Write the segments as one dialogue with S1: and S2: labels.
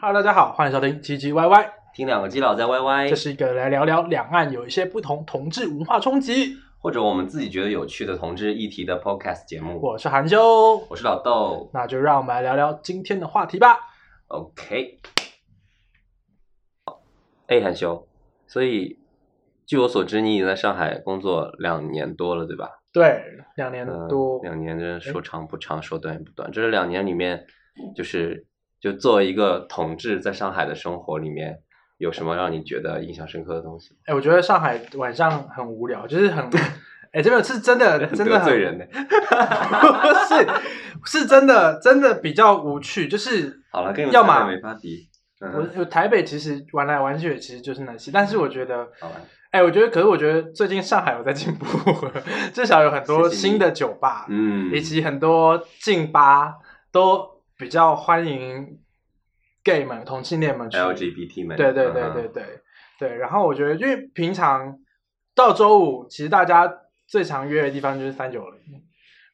S1: Hello，大家好，欢迎收听唧唧歪歪，
S2: 听两个基佬在 YY，
S1: 这是一个来聊聊两岸有一些不同同志文化冲击。
S2: 或者我们自己觉得有趣的同志议题的 podcast 节目。
S1: 我是韩修，
S2: 我是老豆
S1: 那就让我们来聊聊今天的话题吧。
S2: ，OK。哎，韩修，所以据我所知，你已经在上海工作两年多了，对吧？
S1: 对，两年
S2: 嗯，
S1: 多，哎
S2: 两年，真的说长不长，说短也不短。这是两年里面，就是就作为一个同志在上海的生活里面，有什么让你觉得印象深刻的东西吗？
S1: 哎，我觉得上海晚上很无聊，就是很， 哎，这边是真的，真的
S2: 得罪
S1: 很，
S2: 人呢。
S1: 不 是，是真的，真的比较无趣，就是
S2: 好了，跟你们
S1: 要
S2: 台
S1: 么
S2: 北没法比。嗯，
S1: 我我台北其实玩来玩去也其实就是那些，但是我觉得，
S2: 好吧。
S1: 哎，我觉得，可是我觉得最近上海有在进步， 至少有很多
S2: 谢谢你
S1: 新的酒吧，
S2: 嗯，
S1: 以及很多劲吧都比较欢迎 gay 们、同性恋们去。
S2: LGBT 们。
S1: 对对对
S2: 嗯哼
S1: 对对、对。然后我觉得，因为平常到周五，其实大家最常约的地方就是三九零，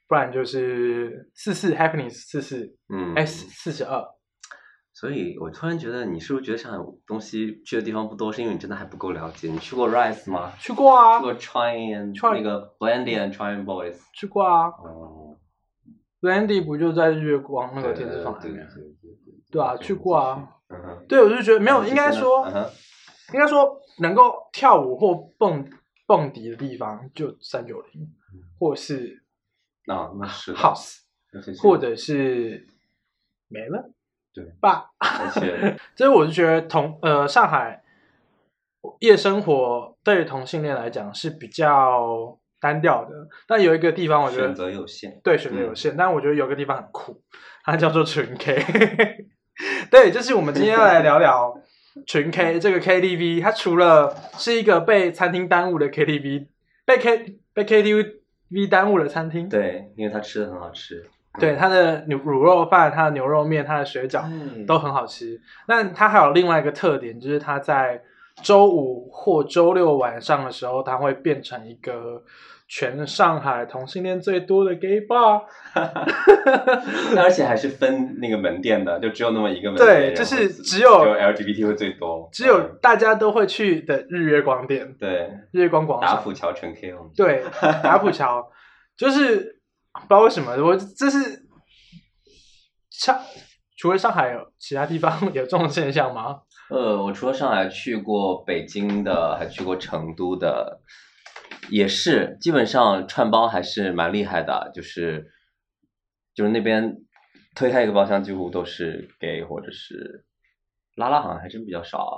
S1: 不然就是四四 happening 四四
S2: 嗯
S1: S 四十二。
S2: 所以我突然觉得，你是不是觉得上海东西去的地方不多，是因为你真的还不够了解？你去过 Rise 吗？
S1: 去过啊
S2: 去，过 Trying
S1: Try-
S2: 那个 Blendy and Trying Boys？
S1: 去过啊。
S2: 哦，
S1: Randy 不就在月光那
S2: 那
S1: 个电视房里面？
S2: 对
S1: 对啊，去过。啊。
S2: 对对嗯哼，
S1: 对，我就觉得没有，
S2: 嗯
S1: 应该说，
S2: 嗯哼
S1: 应该说能够跳舞或蹦蹦迪的地方就三九零，
S2: 嗯
S1: 或是
S2: 啊，那是的
S1: house，
S2: 而
S1: 或者是没了，
S2: 对
S1: 吧？
S2: 且
S1: 所以我就觉得同呃上海夜生活对于同性恋来讲是比较单调的，但有一个地方我觉
S2: 选
S1: 得
S2: 择有限。
S1: 对选择
S2: 嗯
S1: 有限，但我觉得有个地方很酷，它叫做纯 K。对， 就是我们今天要来聊聊群 K 这个 KTV，它除了是一个被餐厅耽误的 KTV，被 K 被 KTV 耽误的餐厅，
S2: 对，因为它吃的很好吃。
S1: 对，它的牛卤肉饭、它的牛肉面、它的水饺
S2: 嗯
S1: 啊都很好吃。那它还有另外一个特点，就是它在周五或周六晚上的时候，它会变成一个全上海同性恋最多的 gay bar。
S2: 而且还是分那个门店的，就只有那么一个门店。
S1: 对，
S2: 然后
S1: 就是只
S2: 只
S1: 有
S2: 有 LGBT 会最多，
S1: 只有
S2: 嗯
S1: 大家都会去的日月光店、
S2: 对
S1: 日月光广
S2: 打
S1: 场。
S2: 浦桥纯 K 我们。
S1: 对，打浦桥，就是不知道为什么，我这是上除了上海有其他地方有这种现象吗？
S2: 呃，我除了上海去过北京的，还去过成都的，也是基本上串帮还是蛮厉害的，就是就是那边推开一个包厢，几乎都是 gay 或者是拉拉，好像还真比较少啊，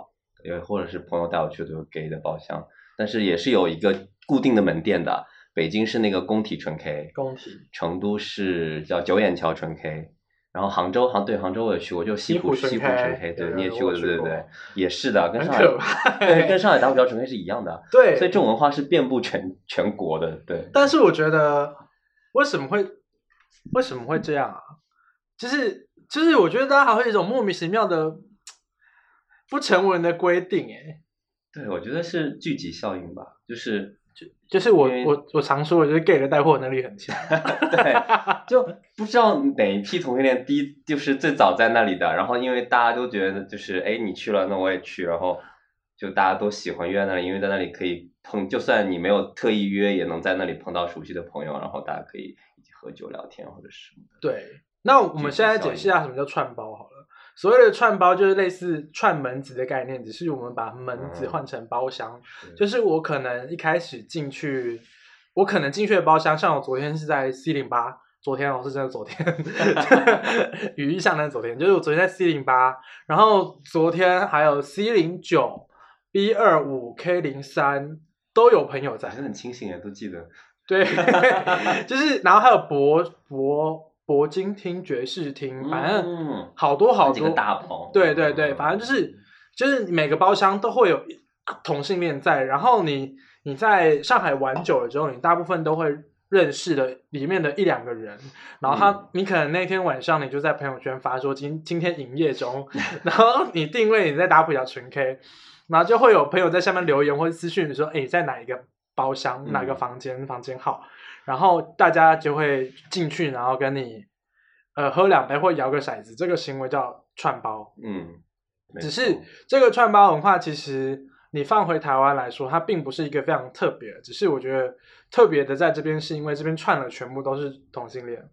S2: 也或者是朋友带我去的都是 gay 的包厢，但是也是有一个固定的门店的。北京是那个工体纯 K，
S1: 工体
S2: 成都是叫九眼桥纯 K，然后杭州杭对杭州我也去过，就西
S1: 西湖
S2: 湖
S1: 纯
S2: 西湖
S1: K，
S2: 纯 K，对
S1: 对
S2: 你也
S1: 对
S2: 去过
S1: 我
S2: 对
S1: 去
S2: 对
S1: 过
S2: 对，也是的，跟
S1: 很
S2: 上海
S1: 可怕。
S2: 对跟上海打虎桥纯 K 是一样的，
S1: 对，
S2: 所以这种文化是遍布全全国的，对，
S1: 但是我觉得为什么会为什么会这样啊？就是就是，我觉得大家还会有一种莫名其妙的不成文的规定，哎，
S2: 对我觉得是聚集效应吧，就是
S1: 就是我
S2: 因为
S1: 我我常说的，就是 gay 的带货能力很 强，
S2: 对，就不知道哪一批同性恋第一就是最早在那里的，然后因为大家都觉得就是哎你去了那我也去，然后就大家都喜欢约在那里，因为在那里可以碰，就算你没有特意约，也能在那里碰到熟悉的朋友，然后大家可以一起喝酒聊天或者是什么的。
S1: 对。那我们现在解释一下什么叫串包好了。所谓的串包就是类似串门子的概念，只是我们把门子
S2: 嗯
S1: 换成包厢，
S2: 对
S1: 就是我可能一开始进去，我可能进去的包厢，像我昨天是在 C 零八，昨天哦是真的 昨天，语义上的昨天，就是我昨天在 C 零八，然后昨天还有 C 零九、B 二五、K 零三都有朋友在
S2: 还，是很清醒哎，都记得。
S1: 对， 就是然后还有铂铂铂金听、爵士听，反正
S2: 嗯
S1: 好多好
S2: 那几个
S1: 多
S2: 大棚。
S1: 对对对，反正
S2: 嗯
S1: 就是就是每个包厢都会有一同性恋在，然后你你在上海玩久了之后，你大部分都会认识的里面的一两个人，然后他、
S2: 嗯
S1: 你可能那天晚上你就在朋友圈发说今今天营业中， 然后你定位你在打浦桥群 K，然后就会有朋友在下面留言或者私讯你说，哎，你在哪一个包厢、哪个
S2: 嗯
S1: 房间、房间号，然后大家就会进去，然后跟你呃喝两杯或摇个骰子，这个行为叫串包。
S2: 嗯，没
S1: 只
S2: 错
S1: 是这个串包文化，其实你放回台湾来说，它并不是一个非常特别，只是我觉得特别的在这边是因为这边串的全部都是同性恋，就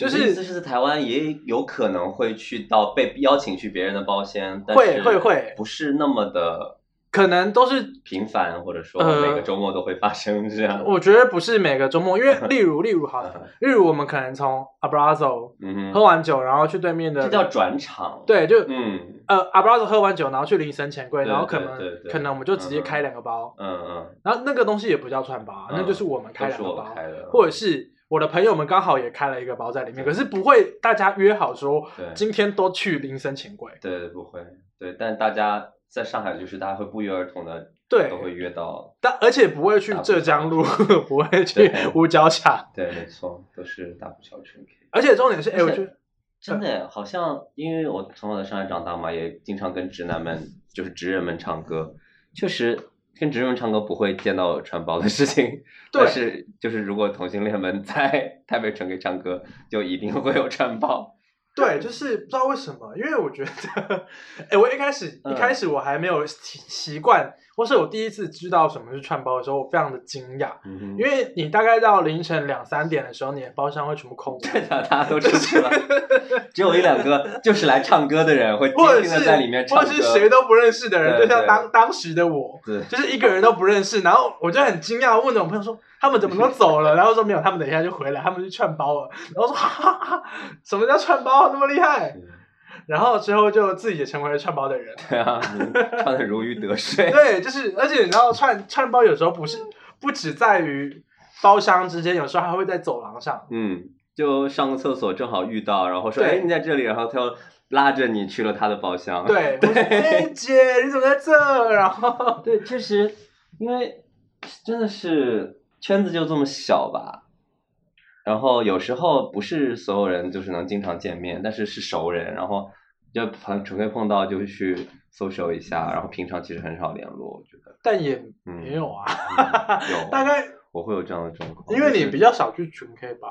S2: 你的意思
S1: 是
S2: 是在台湾也有可能会去到被邀请去别人的包厢，但
S1: 会
S2: 是
S1: 会会
S2: 不是那么的
S1: 可能都是
S2: 频繁，或者说
S1: 呃
S2: 每个周末都会发生这样。
S1: 我觉得不是每个周末，因 为例如例如好了，例如我们可能从 Abrazo
S2: 嗯
S1: 喝
S2: 哼，
S1: 完酒，然后去对面的
S2: 这叫转场。，
S1: 对就。
S2: 嗯
S1: 呃，Abrazo 喝完酒，然后去林森钱柜，
S2: 对
S1: 然后可
S2: 对
S1: 能
S2: 对对
S1: 可能我们就直接
S2: 嗯
S1: 开两个包，
S2: 嗯嗯，
S1: 然后那个东西也不叫串包啊，那就是
S2: 嗯
S1: 我们开
S2: 都
S1: 两
S2: 是
S1: 个
S2: 我
S1: 包，
S2: 开的，
S1: 或者是我的朋友们刚好也开了一个包在里面，
S2: 对
S1: 可是不会大家约好说
S2: 对
S1: 今天都去林森钱柜。
S2: 对不会对，但大家在上海就是大家会不约而同的
S1: 对
S2: 都会约到，
S1: 但而且不会去
S2: 打不
S1: 浙江路， 不会去
S2: 对
S1: 五角场，
S2: 对，没错，都是大不小群 K。
S1: 而且重点是，哎，
S2: 而
S1: 我
S2: 且
S1: 觉得
S2: 真的耶，
S1: 呃
S2: 好像因为我从小在上海长大嘛，也经常跟直男们，就是直人们唱歌，确实跟直人们唱歌不会见到穿包的事情，
S1: 对
S2: 但是就是如果同性恋们 在台北城给唱歌，就一定会有穿包。
S1: 对，就是不知道为什么，因为我觉得， 哎，我一开始一
S2: 嗯
S1: 开始我还没有习习惯，或是我第一次知道什么是串包的时候，我非常的惊讶，
S2: 嗯
S1: 因为你大概到凌晨两三点的时候，你的包厢会全部空 掉。
S2: 大家都出 去了，只有一两个就是来唱歌的人会
S1: 或者
S2: 静静
S1: 是
S2: 的在里面
S1: 或
S2: 唱
S1: 者
S2: 歌。
S1: 是谁都不认识的人，
S2: 对
S1: 就像
S2: 对
S1: 当当时的我，
S2: 对
S1: 就是一个人都不认识，然后我就很惊讶，问了我朋友说他们怎么都走了，然后说没有，他们等一下就回来，他们去串包了，然后说哈哈哈哈，什么叫串包那么厉害？然后之后就自己也成为了串包的人，
S2: 对啊，嗯唱的如鱼 得水。
S1: 对，就是而且你知道串串包有时候不是不只在于包厢之间，有时候还会在走廊上，
S2: 嗯，就上个厕所正好遇到，然后说：“
S1: 对
S2: 哎，你在这里。”然后他又拉着你去了他的包厢。
S1: 对，我说哎姐你怎么在这？然后
S2: 对，确实，因为真的是圈子就这么小吧。然后有时候不是所有人就是能经常见面，但是是熟人，然后就碰纯粹碰到就去 social 一下，然后平常其实很少联络，我觉得。
S1: 但也
S2: 嗯，
S1: 没有啊，
S2: 嗯 有
S1: 大概
S2: 我会有这样的状况，
S1: 因为
S2: 就
S1: 你
S2: 是
S1: 比较少去群 K 吧。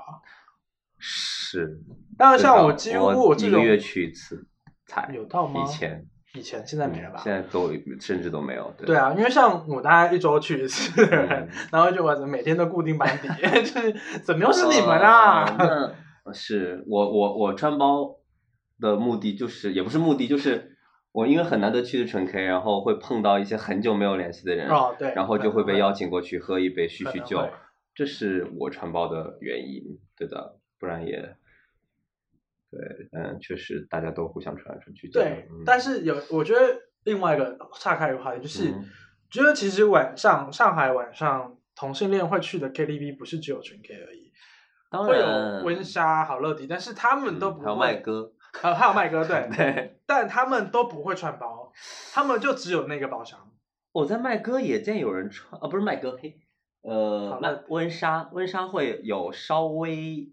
S2: 是，
S1: 当然，像
S2: 对
S1: 我
S2: 吧
S1: 几乎我这
S2: 一
S1: 种
S2: 个月去一次，才
S1: 有到吗？
S2: 以前
S1: 以前现在没了
S2: 嗯
S1: 吧？
S2: 现在都甚至都没有。对
S1: 对啊，因为像我大概一周去一次，
S2: 嗯
S1: 然后就我每天都固定班 底，就是怎么又是你们啊？
S2: 哦那是我我我穿包的目的就是也不是目的，就是我因为很难得去纯 K，然后会碰到一些很久没有联系的人，
S1: 哦，对，
S2: 然后就会被邀请过去喝一杯叙
S1: 可
S2: 叙
S1: 能
S2: 旧
S1: 会，
S2: 这是我穿包的原因。对的，不然也。对，嗯，确实大家都互相传来传去。
S1: 对，
S2: 嗯
S1: 但是有，我觉得另外一个岔开一个话题，就是、
S2: 嗯
S1: 觉得其实晚上上海晚上同性恋会去的 KTV 不是只有群 K 而已，
S2: 当
S1: 会
S2: 然
S1: 有温莎、好乐迪，但是他们都
S2: 嗯
S1: 不
S2: 还有
S1: 会，
S2: 麦哥，，
S1: 呃，还有麦哥，对
S2: 对，
S1: 但他们都不会串包，他们就只有那个包厢。
S2: 我哦在麦哥也见有人穿，啊，不是麦哥，嘿，呃
S1: 好，
S2: 麦
S1: 了
S2: 温莎，温莎会有稍微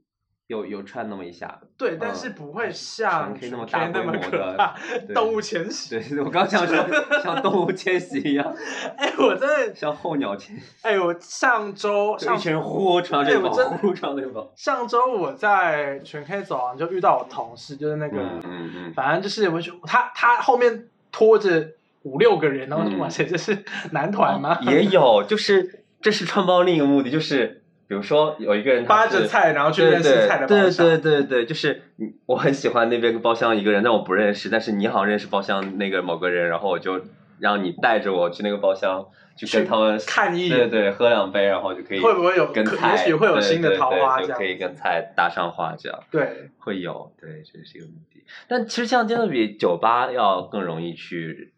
S2: 有有穿那么一下，
S1: 对，但
S2: 嗯
S1: 是不会像
S2: 纯 K
S1: 纯
S2: 那么
S1: K
S2: 大
S1: 那
S2: 规
S1: 么
S2: 模
S1: 可
S2: 的
S1: 怕，
S2: 对
S1: 动物迁徙。
S2: 对，我刚想 说像动物迁徙一样，
S1: 哎，我真的，
S2: 像候鸟迁徙，
S1: 哎，我上周
S2: 就
S1: 上
S2: 一群人呼穿这
S1: 对
S2: 个，
S1: 我真的
S2: 呼穿这个，
S1: 上周我在全 K 走廊就遇到我同事，就是那个，
S2: 嗯嗯 嗯，
S1: 反正就是我就他他后面拖着五六个人，然后我就
S2: 嗯
S1: 哇塞，这是 男团吗？
S2: 也有，就是这是穿包另一个目的，就是比如说有一个人他
S1: 扒
S2: 是
S1: 着菜，然后去
S2: 对
S1: 认识
S2: 对
S1: 菜的包
S2: 对
S1: 厢。
S2: 对对对，就是你我很喜欢那边包厢一个人，但我不认识，但是你好像认识包厢那个某个人，然后我就让你带着我去那个包厢去
S1: 去
S2: 跟他们
S1: 看一眼
S2: 对对，喝两杯，然后就可以
S1: 会不会有
S2: 跟
S1: 可
S2: 菜，
S1: 也许会有
S2: 对
S1: 新的
S2: 对
S1: 桃
S2: 对
S1: 花
S2: 就
S1: 这样
S2: 可以
S1: 子
S2: 跟菜搭上话，这样
S1: 对
S2: 会有，对，这是一个目的。但其实像真的比酒吧要更容易去，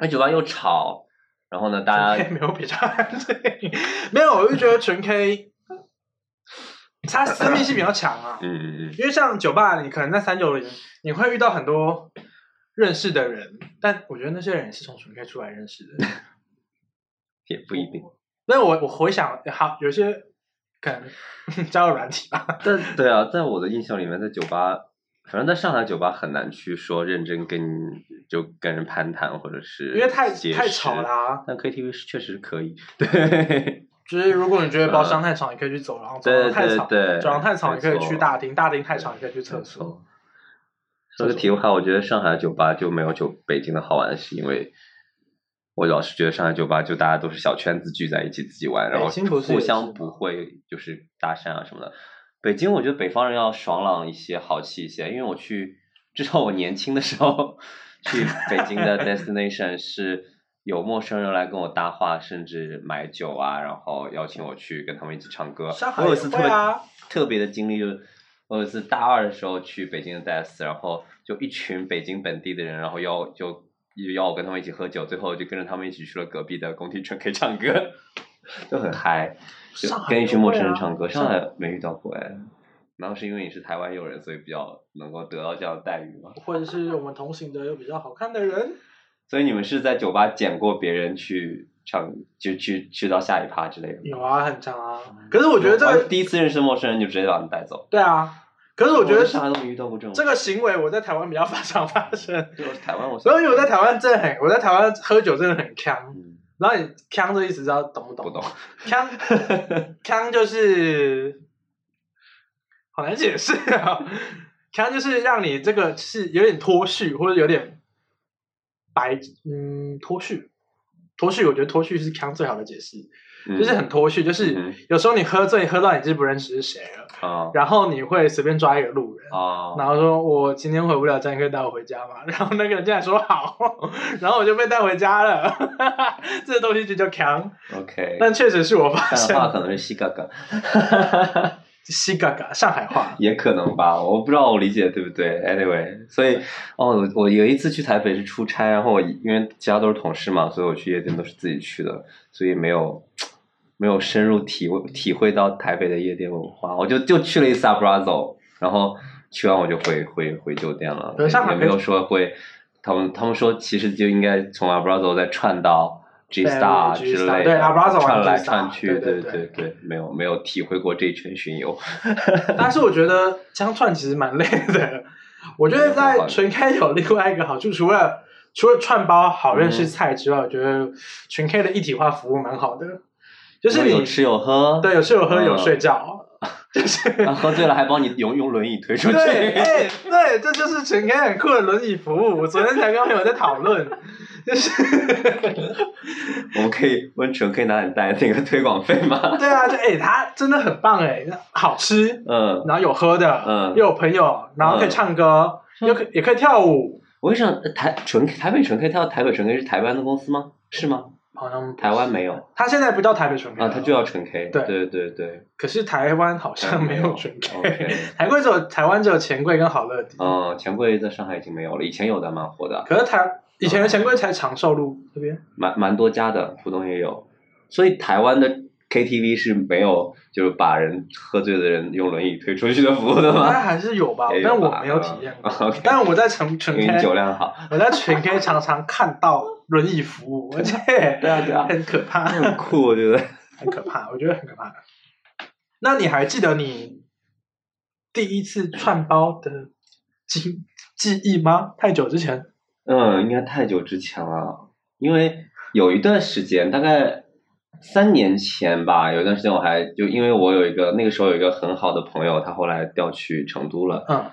S2: 因为酒吧又吵，然后呢，大
S1: 纯 K
S2: 家
S1: 没有比较安静， 没有，我就觉得纯 K，它私密性比较强啊。
S2: 嗯嗯嗯，
S1: 因为像酒吧，你可能在三九零，你会遇到很多认识的人，但我觉得那些人也是从纯 K 出来认识的。
S2: 也不一定。
S1: 那我我回想，好，有些可能 交友软体吧，
S2: 但对啊，在我的印象里面，在酒吧，反正在上海酒吧很难去说认真跟就跟人攀谈或者是
S1: 因为太
S2: 解
S1: 太吵
S2: 释
S1: 啦、。啊。
S2: 但 KTV 是确实可以，对，
S1: 就是如果你觉得包厢太吵，你可以去走廊；走廊
S2: 对
S1: 太
S2: 对
S1: 吵，
S2: 对，
S1: 走廊太吵，你可以去大
S2: 厅
S1: 厅；大厅太吵，你可以去厕所。。
S2: 说个题外话，我觉得上海酒吧就没有酒北京的好玩，是因为我老是觉得上海酒吧就大家都是小圈子聚在一起自己玩，然后
S1: 北京不是
S2: 互
S1: 也是吗
S2: 相不会就是搭讪啊什么的。北京我觉得北方人要爽朗一些，豪气一些，因为我去至少我年轻的时候去北京的 destination 是。有陌生人来跟我搭话，甚至买酒啊，然后邀请我去跟他们一起唱歌。
S1: 上海
S2: 我有一
S1: 也
S2: 次
S1: 会
S2: 特别、
S1: 啊
S2: 特别的经历，就是我有一次大二的时候去北京的 DES，然后就一群北京本地的人，然后邀就邀我跟他们一起喝酒，最后就跟着他们一起去了隔壁的工体 纯 K 唱歌，就很嗨，就
S1: 上海
S2: 跟一
S1: 也
S2: 群陌
S1: 会
S2: 生人
S1: 啊
S2: 唱歌。
S1: 上
S2: 上海没遇到过哎，难道是因为你是台湾友人，所以比较能够得到这样的待遇吗？
S1: 或者是我们同行的有比较好看的人，
S2: 所以你们是在酒吧捡过别人去唱，就去去到下一趴之类的吗？
S1: 有啊，很长啊。可是我觉得这
S2: 完
S1: 个
S2: 第一次认识陌生人就直接把他们带走。
S1: 对啊，可是我觉
S2: 在
S1: 得
S2: 上海都没遇到过这种。
S1: 这个行为我在台湾比较发常发生，
S2: 对，我是台湾，我是
S1: 所以我在台湾真的很，我在台湾喝酒真的很呛。
S2: 嗯
S1: 然后你呛这意思知道懂不懂？
S2: 不懂。
S1: 呛呛就是好难解释啊， 呛就是让你这个是有点脱序或者有点白，嗯，脱序。脱序，我觉得脱序是呛最好的解释，就是很脱序，就是
S2: 嗯
S1: 有时候你喝醉，喝到你自己不认识是谁了，
S2: 啊
S1: 然后你会随便抓一个路人，
S2: 啊
S1: 然后说我今天回不了家，你可以带我回家吗？然 后那个人竟然说好，然后我就被带回家了。 这东西就叫强，
S2: ，OK。
S1: 但确实是我发
S2: 上海
S1: 现
S2: 话可能是西嘎嘎，
S1: 西嘎嘎上海话，
S2: 也可能吧，我不知道我理解对不对。Anyway，所以哦，我我有一次去台北是出差，然后我因为其他都是同事嘛，所以我去夜店都是自己去的，所以没有没有深入体会体会到台北的夜店文化，我就就去了一次 Abrazo，然后去完我就回回回酒店了，
S1: 对上海
S2: 也没有说会，他们他们说其实就应该从 Abrazo 再串到。G Star
S1: G
S2: 之
S1: Star，
S2: 类的，
S1: 对，Abrazo
S2: 串来
S1: G Star，
S2: 串去，
S1: 对
S2: 对
S1: 对
S2: 对对，没有没有体会过这一圈巡游。
S1: 但是我觉得这样串其实蛮累的。我觉得在纯开有另外一个好处，除了除了串包好认
S2: 嗯
S1: 识菜之外，我觉得纯 K 的一体化服务蛮好的，就是
S2: 有
S1: 你
S2: 吃有喝，
S1: 对有吃有喝有睡
S2: 嗯
S1: 觉，就是
S2: 啊，喝醉了还帮你用用轮椅推出去。
S1: 对，哎、对，这就是全开很酷的轮椅服务。我昨天才跟朋友在讨论，就是，
S2: 我们可以温纯可以拿你带那个推广费吗？
S1: 对啊，就哎、它真的很棒哎、好吃，
S2: 嗯，
S1: 然后有喝的，
S2: 嗯
S1: 又有朋友，然后可以唱歌，又可也可以跳舞，
S2: 我跟你说，台纯台北纯 K，它台北纯 K 是台湾的公司吗？是吗？
S1: 好像
S2: 台湾没有
S1: 他现在不叫台北纯 K
S2: 啊，它就
S1: 了
S2: 叫纯 K。
S1: 对
S2: 对对对，哦
S1: 可是台湾好像没有纯 K，
S2: OK
S1: 台柜只有台湾只有钱柜跟好乐迪，
S2: 嗯，钱柜在上海已经没有了，以前有的蛮火的，
S1: 可是台以前的钱柜才长寿路这边，
S2: 蛮蛮多家的，浦东也有。所以台湾的 KTV 是没有就是把人喝醉的人用轮椅推出去的服务的
S1: 应该
S2: 吗？
S1: 还是有吧
S2: 嗯也，有
S1: 但我
S2: 吧
S1: 没有体验过
S2: 嗯 OK。
S1: 但我在纯
S2: 因
S1: 纯
S2: 为你
S1: K
S2: 酒量好。
S1: 我在群 K 常常看到轮椅服务，而且对
S2: 啊对啊
S1: 很可 怕，
S2: 很酷，我觉得。
S1: 很可怕，我觉得很可怕。那你还记得你第一次串包的记记忆吗？太久之前，
S2: 嗯，应该太久之前了，因为有一段时间，大概三年前吧，有一段时间我还就因为我有一个那个时候有一个很好的朋友，他后来调去成都了。
S1: 嗯，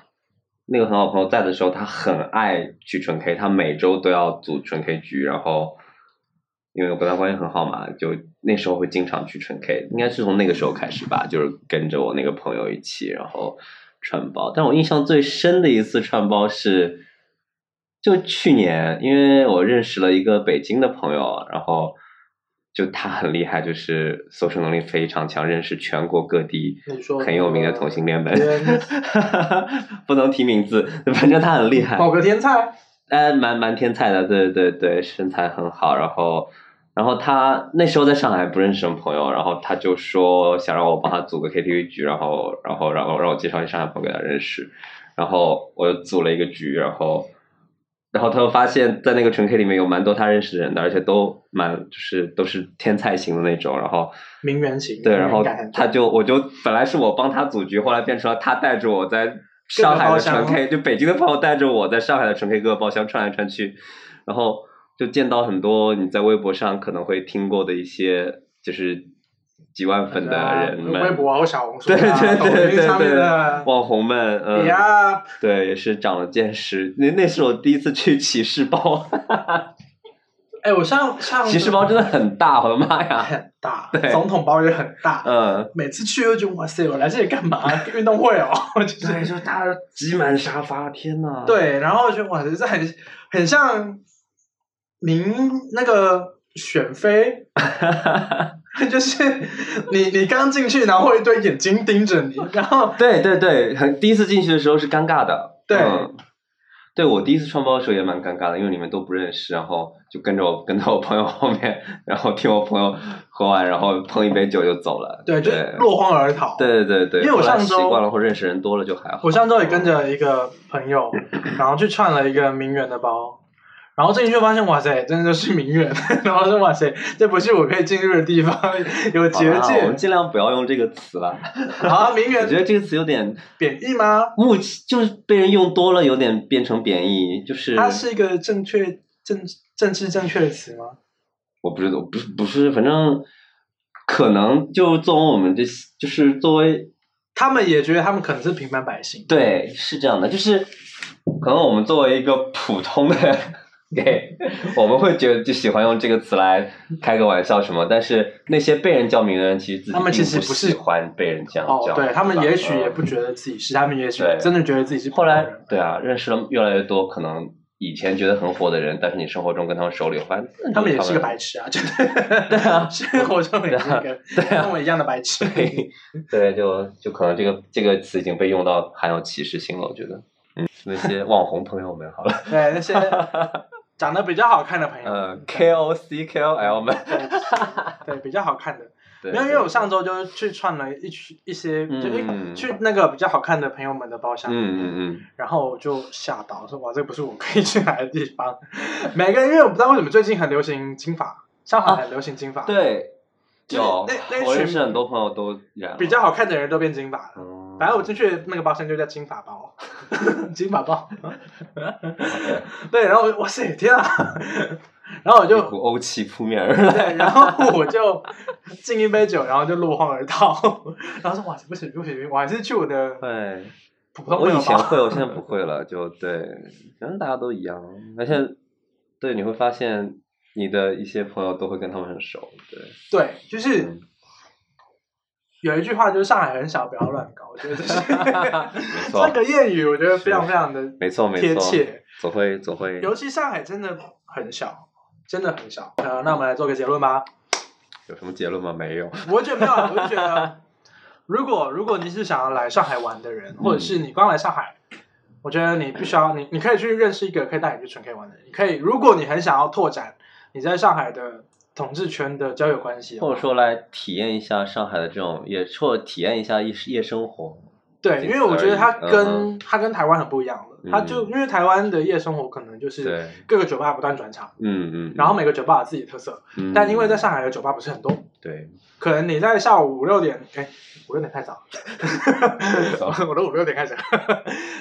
S2: 那个很好的朋友在的时候，他很爱去纯 K，他每周都要组纯 K 局，然后因为我跟他关系很好嘛，就那时候会经常去纯 K，应该是从那个时候开始吧，就是跟着我那个朋友一起，然后串包。但我印象最深的一次串包是，就去年，因为我认识了一个北京的朋友，然后。就他很厉害，就是搜索能力非常强，认识全国各地
S1: 你说
S2: 很有名的同性恋们。
S1: 天
S2: 不能提名字，反正他很厉害，
S1: 某个天菜，
S2: 哎，蛮蛮天才的，对对对，身材很好。然后，然后他那时候在上海不认识什么朋友，然后他就说想让我帮他组个 KTV 局，然后，然后，然后让我介绍一上海朋友给他认识。然后我又组了一个局，然后，然后他又发现，在那个纯 K 里面有蛮多他认识的人的，而且都蛮就是都是天才型的那种。然后，
S1: 名媛型，
S2: 对，然后
S1: 名媛感很重
S2: 他就我就本来是我帮他组局，后来变成了他带着我在上海的纯
S1: 各个包
S2: K，就北京的朋友带着我在上海的纯 K 各个包厢串来串去，然后就见到很多你在微博上可能会听过的一些就是几万粉的人们，
S1: 微博啊、小红书
S2: 对
S1: 啊、
S2: 对
S1: 抖
S2: 对
S1: 音
S2: 对
S1: 上面
S2: 对，
S1: 的，哎
S2: 网红们，嗯，
S1: 呀，
S2: 对，也是长了见识。那那是我第一次去启示包，
S1: 哎，我上上
S2: 启示包真的很大，我的妈 呀！
S1: 很大
S2: 对，
S1: 总统包也很大，
S2: 嗯，
S1: 每次去都觉得哇塞，我来这里干嘛？运动会哦，就是
S2: 对，就是大家挤满沙发，天呐。，
S1: 对，然后就哇，就是很很像明那个选妃， 就是你你刚进去，然后会一堆眼睛盯着你，然后
S2: 对对对，很第一次进去的时候是尴尬的。
S1: 对
S2: 嗯对我第一次穿包的时候也蛮尴尬的，因为你们都不认识，然后就跟着我跟到我朋友后面， 然后听我朋友喝完，然后碰一杯酒就走了。
S1: 对，就
S2: 对
S1: 落荒而逃。，
S2: 对对对对，
S1: 因为我
S2: 后来
S1: 上周
S2: 习惯了或认识人多了就还好。
S1: 我上周也跟着一个朋友，然后去串了一个名媛的包。然后进去就发现，哇塞，真的就是名媛。 然后说，哇塞，这不是我可以进入的地方， 有
S2: 好啦
S1: 结
S2: 我们
S1: 界。
S2: 尽量不要用这个词了。
S1: 啊，名
S2: 哦我觉
S1: 媛
S2: 得这个词有点
S1: 贬义吗？
S2: 目，就是被人用多了，有点变成贬义。就是
S1: 它是一个正确政政治正确的词吗？
S2: 我不知道，不是不是，反正可能就作为我们这，就是作为
S1: 他们也觉得他们可能是平凡百姓。
S2: 对是这样的，就是可能我们作为一个普通的 gay，我们会觉得就喜欢用这个词来开个玩笑什么，但是那些被人叫名的人，其实自己
S1: 他们其实
S2: 并
S1: 不是
S2: 喜欢被人这样
S1: 哦
S2: 叫，，
S1: 对他们
S2: 吧
S1: 也许也
S2: 嗯
S1: 不觉得自己是，他们也许
S2: 对
S1: 真的觉得自己是普
S2: 后
S1: 通
S2: 来
S1: 人。
S2: 对啊，认识了越来越多，可能以前觉得很火的人，但是你生活中跟他们熟了以后，发现嗯
S1: 他们也是个
S2: 他
S1: 白痴啊，真 的。对啊， 生活中也是一个
S2: 对啊
S1: 跟我一样的白痴。
S2: 对，就就可能这个这个词已经被用到含有歧视性了，我觉得。嗯，那些网红朋友们 好了，
S1: 对那些长得比较好看的朋友，
S2: 呃，K O C K O L 们，
S1: 对比较好看的，
S2: 对
S1: 没有，因为我上周就是去串了一群一些，就一
S2: 嗯
S1: 去那个比较好看的朋友们的包厢，
S2: 嗯嗯嗯，
S1: 然后我就吓到，说哇，这不是我可以去来的地方。 每个人，因为我不知道为什么最近很流行金发，上
S2: 哦
S1: 海很流行金发，，
S2: 对，
S1: 就是
S2: 有
S1: 那那，
S2: 我认
S1: 群
S2: 识很多朋友都染了
S1: 比较，好看的人都变金发了。
S2: 嗯
S1: 反正我进去的那个包厢就叫金发 包，金发包。对，然后我就哇塞，天啊！然后我
S2: 一
S1: 就
S2: 股欧气扑面而来，
S1: 对，然后我就敬一杯酒，然后就落荒而逃。然后说哇塞，不行不行，我还是去我的
S2: 对。
S1: 普通
S2: 我
S1: 朋友
S2: 以前
S1: 吧。
S2: 会，我现在不会了，就对，反正大家都一样，而且对你会发现你的一些朋友都会跟他们很熟，对，
S1: 对，就是
S2: 嗯
S1: 有一句话就是上海很小，不要乱搞。我觉得这是
S2: 没错
S1: 这，个谚语，我觉得非常
S2: 是
S1: 非常的
S2: 没错没
S1: 贴
S2: 错，
S1: 切。
S2: 总会总会
S1: 尤其上海真的很小，真的很小。呃，那我们来做个结论吧。
S2: 有什么结论吗？没有，
S1: 我觉得没有，啊我就觉得，如果如果你是想要来上海玩的人，或者
S2: 嗯
S1: 是你刚来上海，我觉得你必须要你你可以去认识一个可以带你去纯 K 玩的人。你可以，如果你很想要拓展你在上海的统治圈的交友关系的话，
S2: 或者说来体验一下上海的这种，也或者体验一下夜夜生活，
S1: 对，因为我觉得它跟、它跟台湾很不一样了。
S2: 嗯
S1: 它就因为台湾的夜生活可能就是
S2: 对，
S1: 各个酒吧不断转场，
S2: 嗯嗯，
S1: 然后每个酒吧有自己的特色，
S2: 嗯
S1: 但因为在上海的酒吧不是很多，
S2: 对，
S1: 可能你在下午五六点，哎，五六点太早，
S2: 早
S1: 我都五六点开始，啊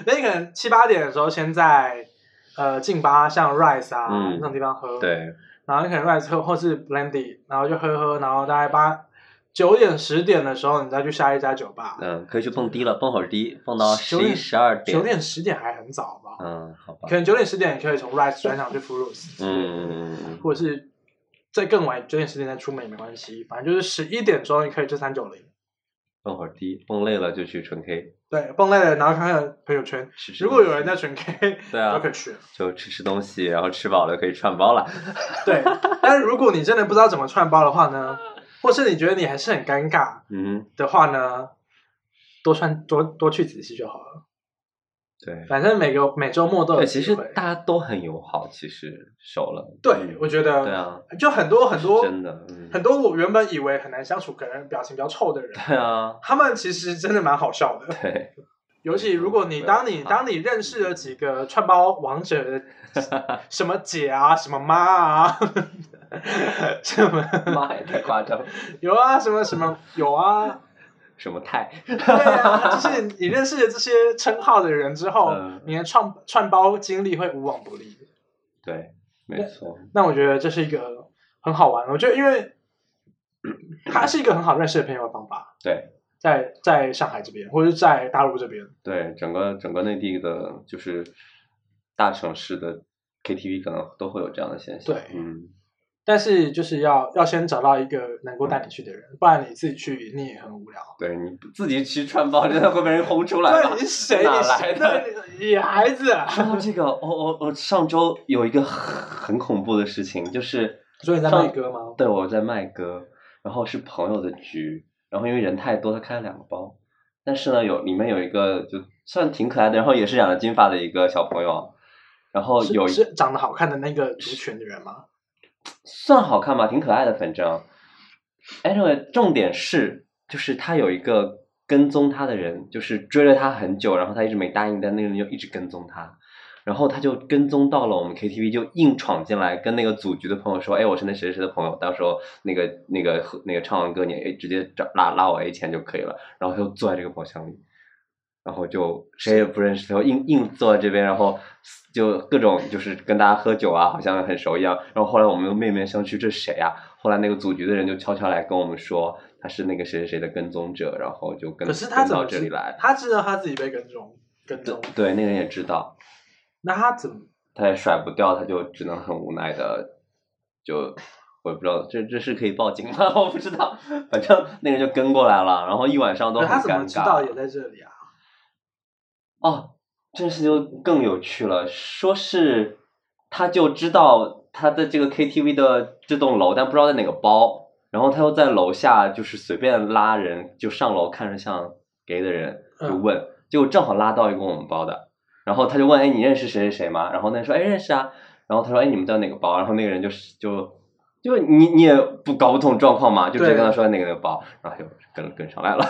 S1: 那你可能七八点的时候先在呃劲吧，像 Rise 啊、
S2: 嗯
S1: 那种地方喝，，
S2: 对，
S1: 然后你可能 Rise 喝或是 Blendy，然后就喝喝，然后大概八九点十点的时候，你再去下一家酒吧，
S2: 嗯，可以去蹦迪了，蹦会儿迪，蹦到十
S1: 九
S2: 一
S1: 点
S2: 十二
S1: 九
S2: 点，
S1: 点十点还很早吧，
S2: 嗯，好吧
S1: 可，能九点十点你可以从 Rise 转场去 f r u i s
S2: 嗯嗯嗯嗯嗯，
S1: 或者是再更晚九点十点再出门也没关系，反正就是十一点钟你可以去三九零。
S2: 蹦会儿迪，蹦累了就去纯 K，
S1: 对，蹦累了，然后看看朋友圈，
S2: 吃吃
S1: 如果
S2: 东
S1: 有
S2: 西
S1: 人在群 K，
S2: 对 啊
S1: 都可以去。
S2: 就吃吃东西，然后吃饱了可以串包了。
S1: 对，但是如果你真的不知道怎么串包的话呢，或是你觉得你还是很尴尬
S2: 嗯，
S1: 的话呢，多串多多去几次就好了。
S2: 对。
S1: 反正每个每周末都有
S2: 对，其
S1: 机
S2: 实
S1: 会。
S2: 大家都很友好，其实熟了。
S1: 对
S2: 嗯，
S1: 我觉得
S2: 对啊，
S1: 就很多很多
S2: 是真的，嗯，
S1: 很多我原本以为很难相处，可能表情比较臭的人，
S2: 对啊，
S1: 他们其实真的蛮好笑的。
S2: 对，
S1: 尤其如果你
S2: 不要
S1: 当你
S2: 怕
S1: 当你认识了几个串包王者的什么姐啊、什么妈啊、 什么
S2: 妈也太夸张，
S1: 有啊、什么什么有啊，
S2: 什么太？
S1: 对啊，就是你认识了这些称号的人之后
S2: 嗯，
S1: 你的串串包经历会无往不利。
S2: 对，没错，
S1: 那我觉得这是一个很好玩的，我觉得因为 它是一个很好认识的朋友的方法，
S2: 对
S1: 在在上海这边或者是在大陆这边，
S2: 对，整个整个内地的，就是大城市的 KTV 可能都会有这样的现象。
S1: 对
S2: 嗯，
S1: 但是就是要要先找到一个能够带你去的人，不然你自己去你也很无聊。
S2: 对你自己去串包， 真的会被人轰出来吧
S1: 对，你？是谁？
S2: 哪
S1: 你是
S2: 来的？
S1: 对你孩子啊，
S2: 说到这个，我我我上周有一个很很恐怖的事情，就是
S1: 所以你在
S2: 上
S1: 卖歌吗？
S2: 对，我在卖歌，然后是朋友的局，然后因为人太多，他开了两个包，但是呢，有里面有一个就算挺可爱的，然后也是染了金发的一个小朋友，啊然后
S1: 是
S2: 有一
S1: 是长得好看的那个族群的人吗？
S2: 算好看吧，挺可爱的，反正。Anyway，重点是，就是他有一个跟踪他的人，就是追了他很久，然后他一直没答应，但那个人就一直跟踪他，然后他就跟踪到了我们 KTV，就硬闯进来，跟那个组局的朋友说：“哎，我是那谁谁谁的朋友，到时候那个那个那个唱完歌你哎直接找拉拉我 A 钱就可以了。”然后他就坐在这个包厢里，然后就谁也不认识，他就硬硬坐在这边，然后就各种就是跟大家喝酒啊，好像很熟一样。然后后来我们又面面相觑，这是谁啊？后来那个组局的人就悄悄来跟我们说，他是那个谁谁谁的跟踪者，然后就跟
S1: 可是他
S2: 跟
S1: 怎
S2: 到
S1: 么
S2: 这
S1: 知
S2: 里来。
S1: 他知道他自己被跟踪，跟
S2: 对
S1: 踪，
S2: 对，那个人也知道，
S1: 那他怎么？
S2: 他也甩不掉，他就只能很无奈的，就我也不知道，这这是可以报警吗？ 我不知道，反正那个人就跟过来了，然后一晚上都
S1: 可
S2: 很
S1: 是
S2: 尴尬。
S1: 他怎么知道也在这里啊？
S2: 哦，这事就更有趣了，说是他就知道他的这个 KTV 的这栋楼，但不知道在哪个包，然后他又在楼下就是随便拉人，就上楼看着像 gay 的人就
S1: 嗯
S2: 问，结果正好拉到一个我们包的，然后他就问，哎，你认识谁谁谁吗？然后那人说，哎，认识啊。然后他说，哎，你们在哪个包？然后那个人就是就。就你你也不搞不懂状况嘛，就直接
S1: 对
S2: 跟他说那个那个包，然后他就跟跟上来了，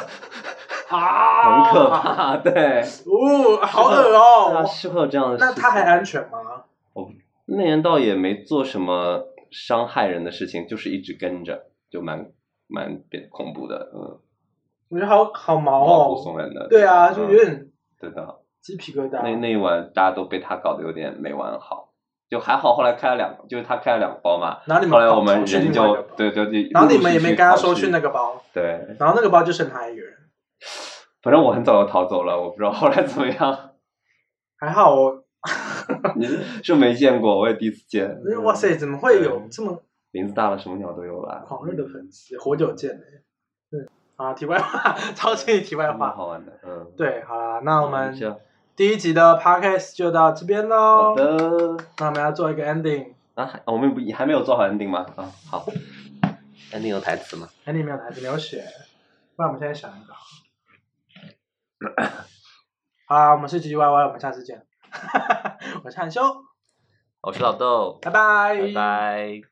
S1: 啊，
S2: 很可！怕，对。
S1: 哦，好
S2: 是
S1: 恶
S2: 的对啊，
S1: 哦。
S2: 是会有这样的事情。
S1: 那他还安全吗？
S2: 那人倒也没做什么伤害人的事情，就是一直跟着，就蛮蛮别恐怖的，嗯，
S1: 我觉得好好毛
S2: 毛骨
S1: 哦。
S2: 悚然的。
S1: 对啊，就
S2: 嗯
S1: 有点
S2: 对的。
S1: 鸡皮疙瘩。
S2: 那那一晚大家都被他搞得有点没玩好，就还好后来开了两个，就是他开了两个包嘛，
S1: 然后你们
S2: 后来我们
S1: 跑去另
S2: 人
S1: 外一
S2: 就
S1: 个包
S2: 对对对，
S1: 然后你
S2: 陆陆
S1: 们
S2: 续
S1: 也没
S2: 续
S1: 跟他
S2: 逃
S1: 说
S2: 去
S1: 去那个包，
S2: 对，
S1: 然后那个包就剩他一个人。
S2: 反正我很早就逃走了，我不知道后来怎么 样，
S1: 还好我，
S2: 你是没见过，我也第一次见。
S1: 哇塞，怎么会有这么
S2: 林子大了，什么鸟都有了。
S1: 狂热的粉丝？活久见嘞。嗯，啊，题外话，超级题外
S2: 蛮
S1: 话。
S2: 好玩的，嗯。
S1: 啊对，好啦，那我们
S2: 这样
S1: 第一集的 podcast 就到这边喽。
S2: 好的。
S1: 那我们要做一个 ending，
S2: 啊，还我们不还没有做好 ending 吗？啊，好，ending 有台词吗？
S1: 哎，你没有台词没有写，不然我们现在想一 个。好啦，我们是 G G Y Y，我们下 次见。我是汉修，
S2: 我是老豆，
S1: 拜拜，
S2: 拜拜。